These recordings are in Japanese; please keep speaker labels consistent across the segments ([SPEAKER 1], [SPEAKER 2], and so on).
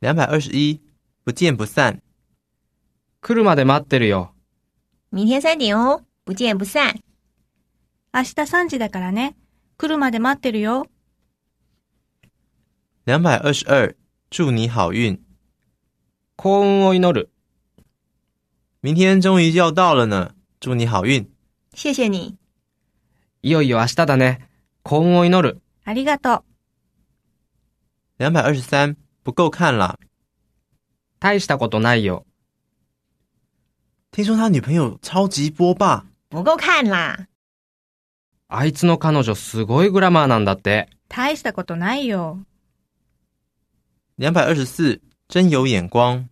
[SPEAKER 1] 两百二十一，不见不散。
[SPEAKER 2] 来るまで待ってるよ。
[SPEAKER 3] 明天三点哦，不见不散。
[SPEAKER 4] 明日3時だからね。来るまで待ってるよ。
[SPEAKER 1] 两百二十二，祝你好运。
[SPEAKER 2] 幸運を祈る。
[SPEAKER 1] 明天终于要到了呢，祝你好运。
[SPEAKER 3] 谢谢你，
[SPEAKER 2] いよいよ明日だね。幸運を祈る。
[SPEAKER 4] ありがとう。
[SPEAKER 1] 两百二十三，不够看了。
[SPEAKER 2] 大したことないよ。
[SPEAKER 1] 听说他女朋友超级波霸，
[SPEAKER 3] 不够看啦。
[SPEAKER 2] あいつの彼女すごいグラマーなんだって。
[SPEAKER 4] 大したことないよ。
[SPEAKER 1] 两百二十四，真有眼光。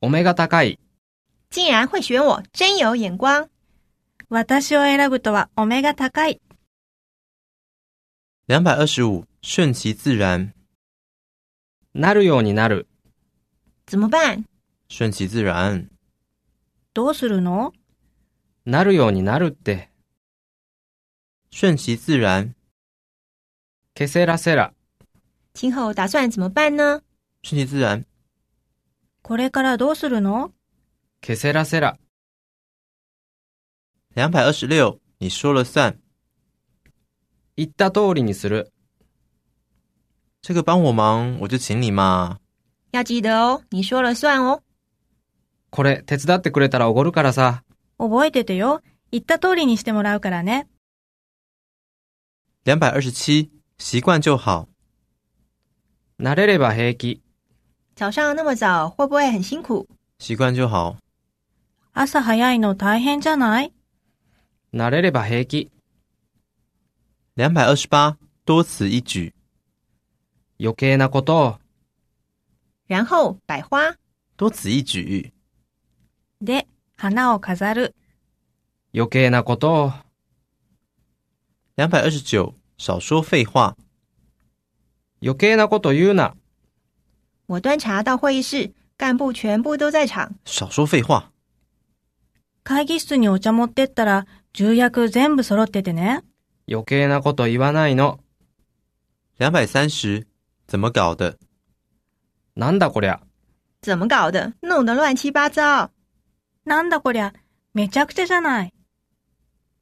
[SPEAKER 2] お目が高い。
[SPEAKER 3] 竟然会选我，真有眼光。
[SPEAKER 4] 私を選ぶとはお目が高い。
[SPEAKER 1] 两百二十五，顺其自然，
[SPEAKER 2] なるようになる。
[SPEAKER 3] 怎么办？
[SPEAKER 1] 顺其自然。
[SPEAKER 4] どうするの
[SPEAKER 2] なるようになるって。
[SPEAKER 1] 顺其自然，
[SPEAKER 2] ケセラセラ。
[SPEAKER 3] 今后打算怎么办呢？
[SPEAKER 1] 顺其自然。
[SPEAKER 4] これからどうするの
[SPEAKER 2] ケセラセラ。
[SPEAKER 1] 两百二十六，你说了算。
[SPEAKER 2] 言った通りにする。
[SPEAKER 1] 这个帮我忙，我就请你嘛。
[SPEAKER 3] 要记得哦，你说了算哦。
[SPEAKER 2] これ手伝ってくれたらおごるからさ。
[SPEAKER 4] 覚えててよ。言った通りにしてもらうからね。
[SPEAKER 1] 两百二十七，习惯就好。
[SPEAKER 2] 慣れれば平気。
[SPEAKER 3] 早上那么早会不会很辛苦？
[SPEAKER 1] 习惯就好。
[SPEAKER 4] 朝早いの大変じゃない
[SPEAKER 2] 慣れれば平気。
[SPEAKER 1] 两百二十八，多此一举。
[SPEAKER 2] 余計なことを。
[SPEAKER 3] 然后百花
[SPEAKER 1] 多此一举。
[SPEAKER 4] で、花を飾る。
[SPEAKER 2] 余計なことを。
[SPEAKER 1] 两百二十九，少说废话。
[SPEAKER 2] 余計なこと言うな。
[SPEAKER 3] 我端茶到会议室，干部全部都在场。
[SPEAKER 1] 少说废话。
[SPEAKER 4] 会議室にお茶持ってったら、重役全部揃っててね。
[SPEAKER 2] 余計なこと言わないの。
[SPEAKER 1] 两百三十，怎么搞的？
[SPEAKER 2] なんだこりゃ。
[SPEAKER 3] 怎么搞的？弄得乱七八糟。
[SPEAKER 4] なんだこりゃ、めちゃくちゃじゃない。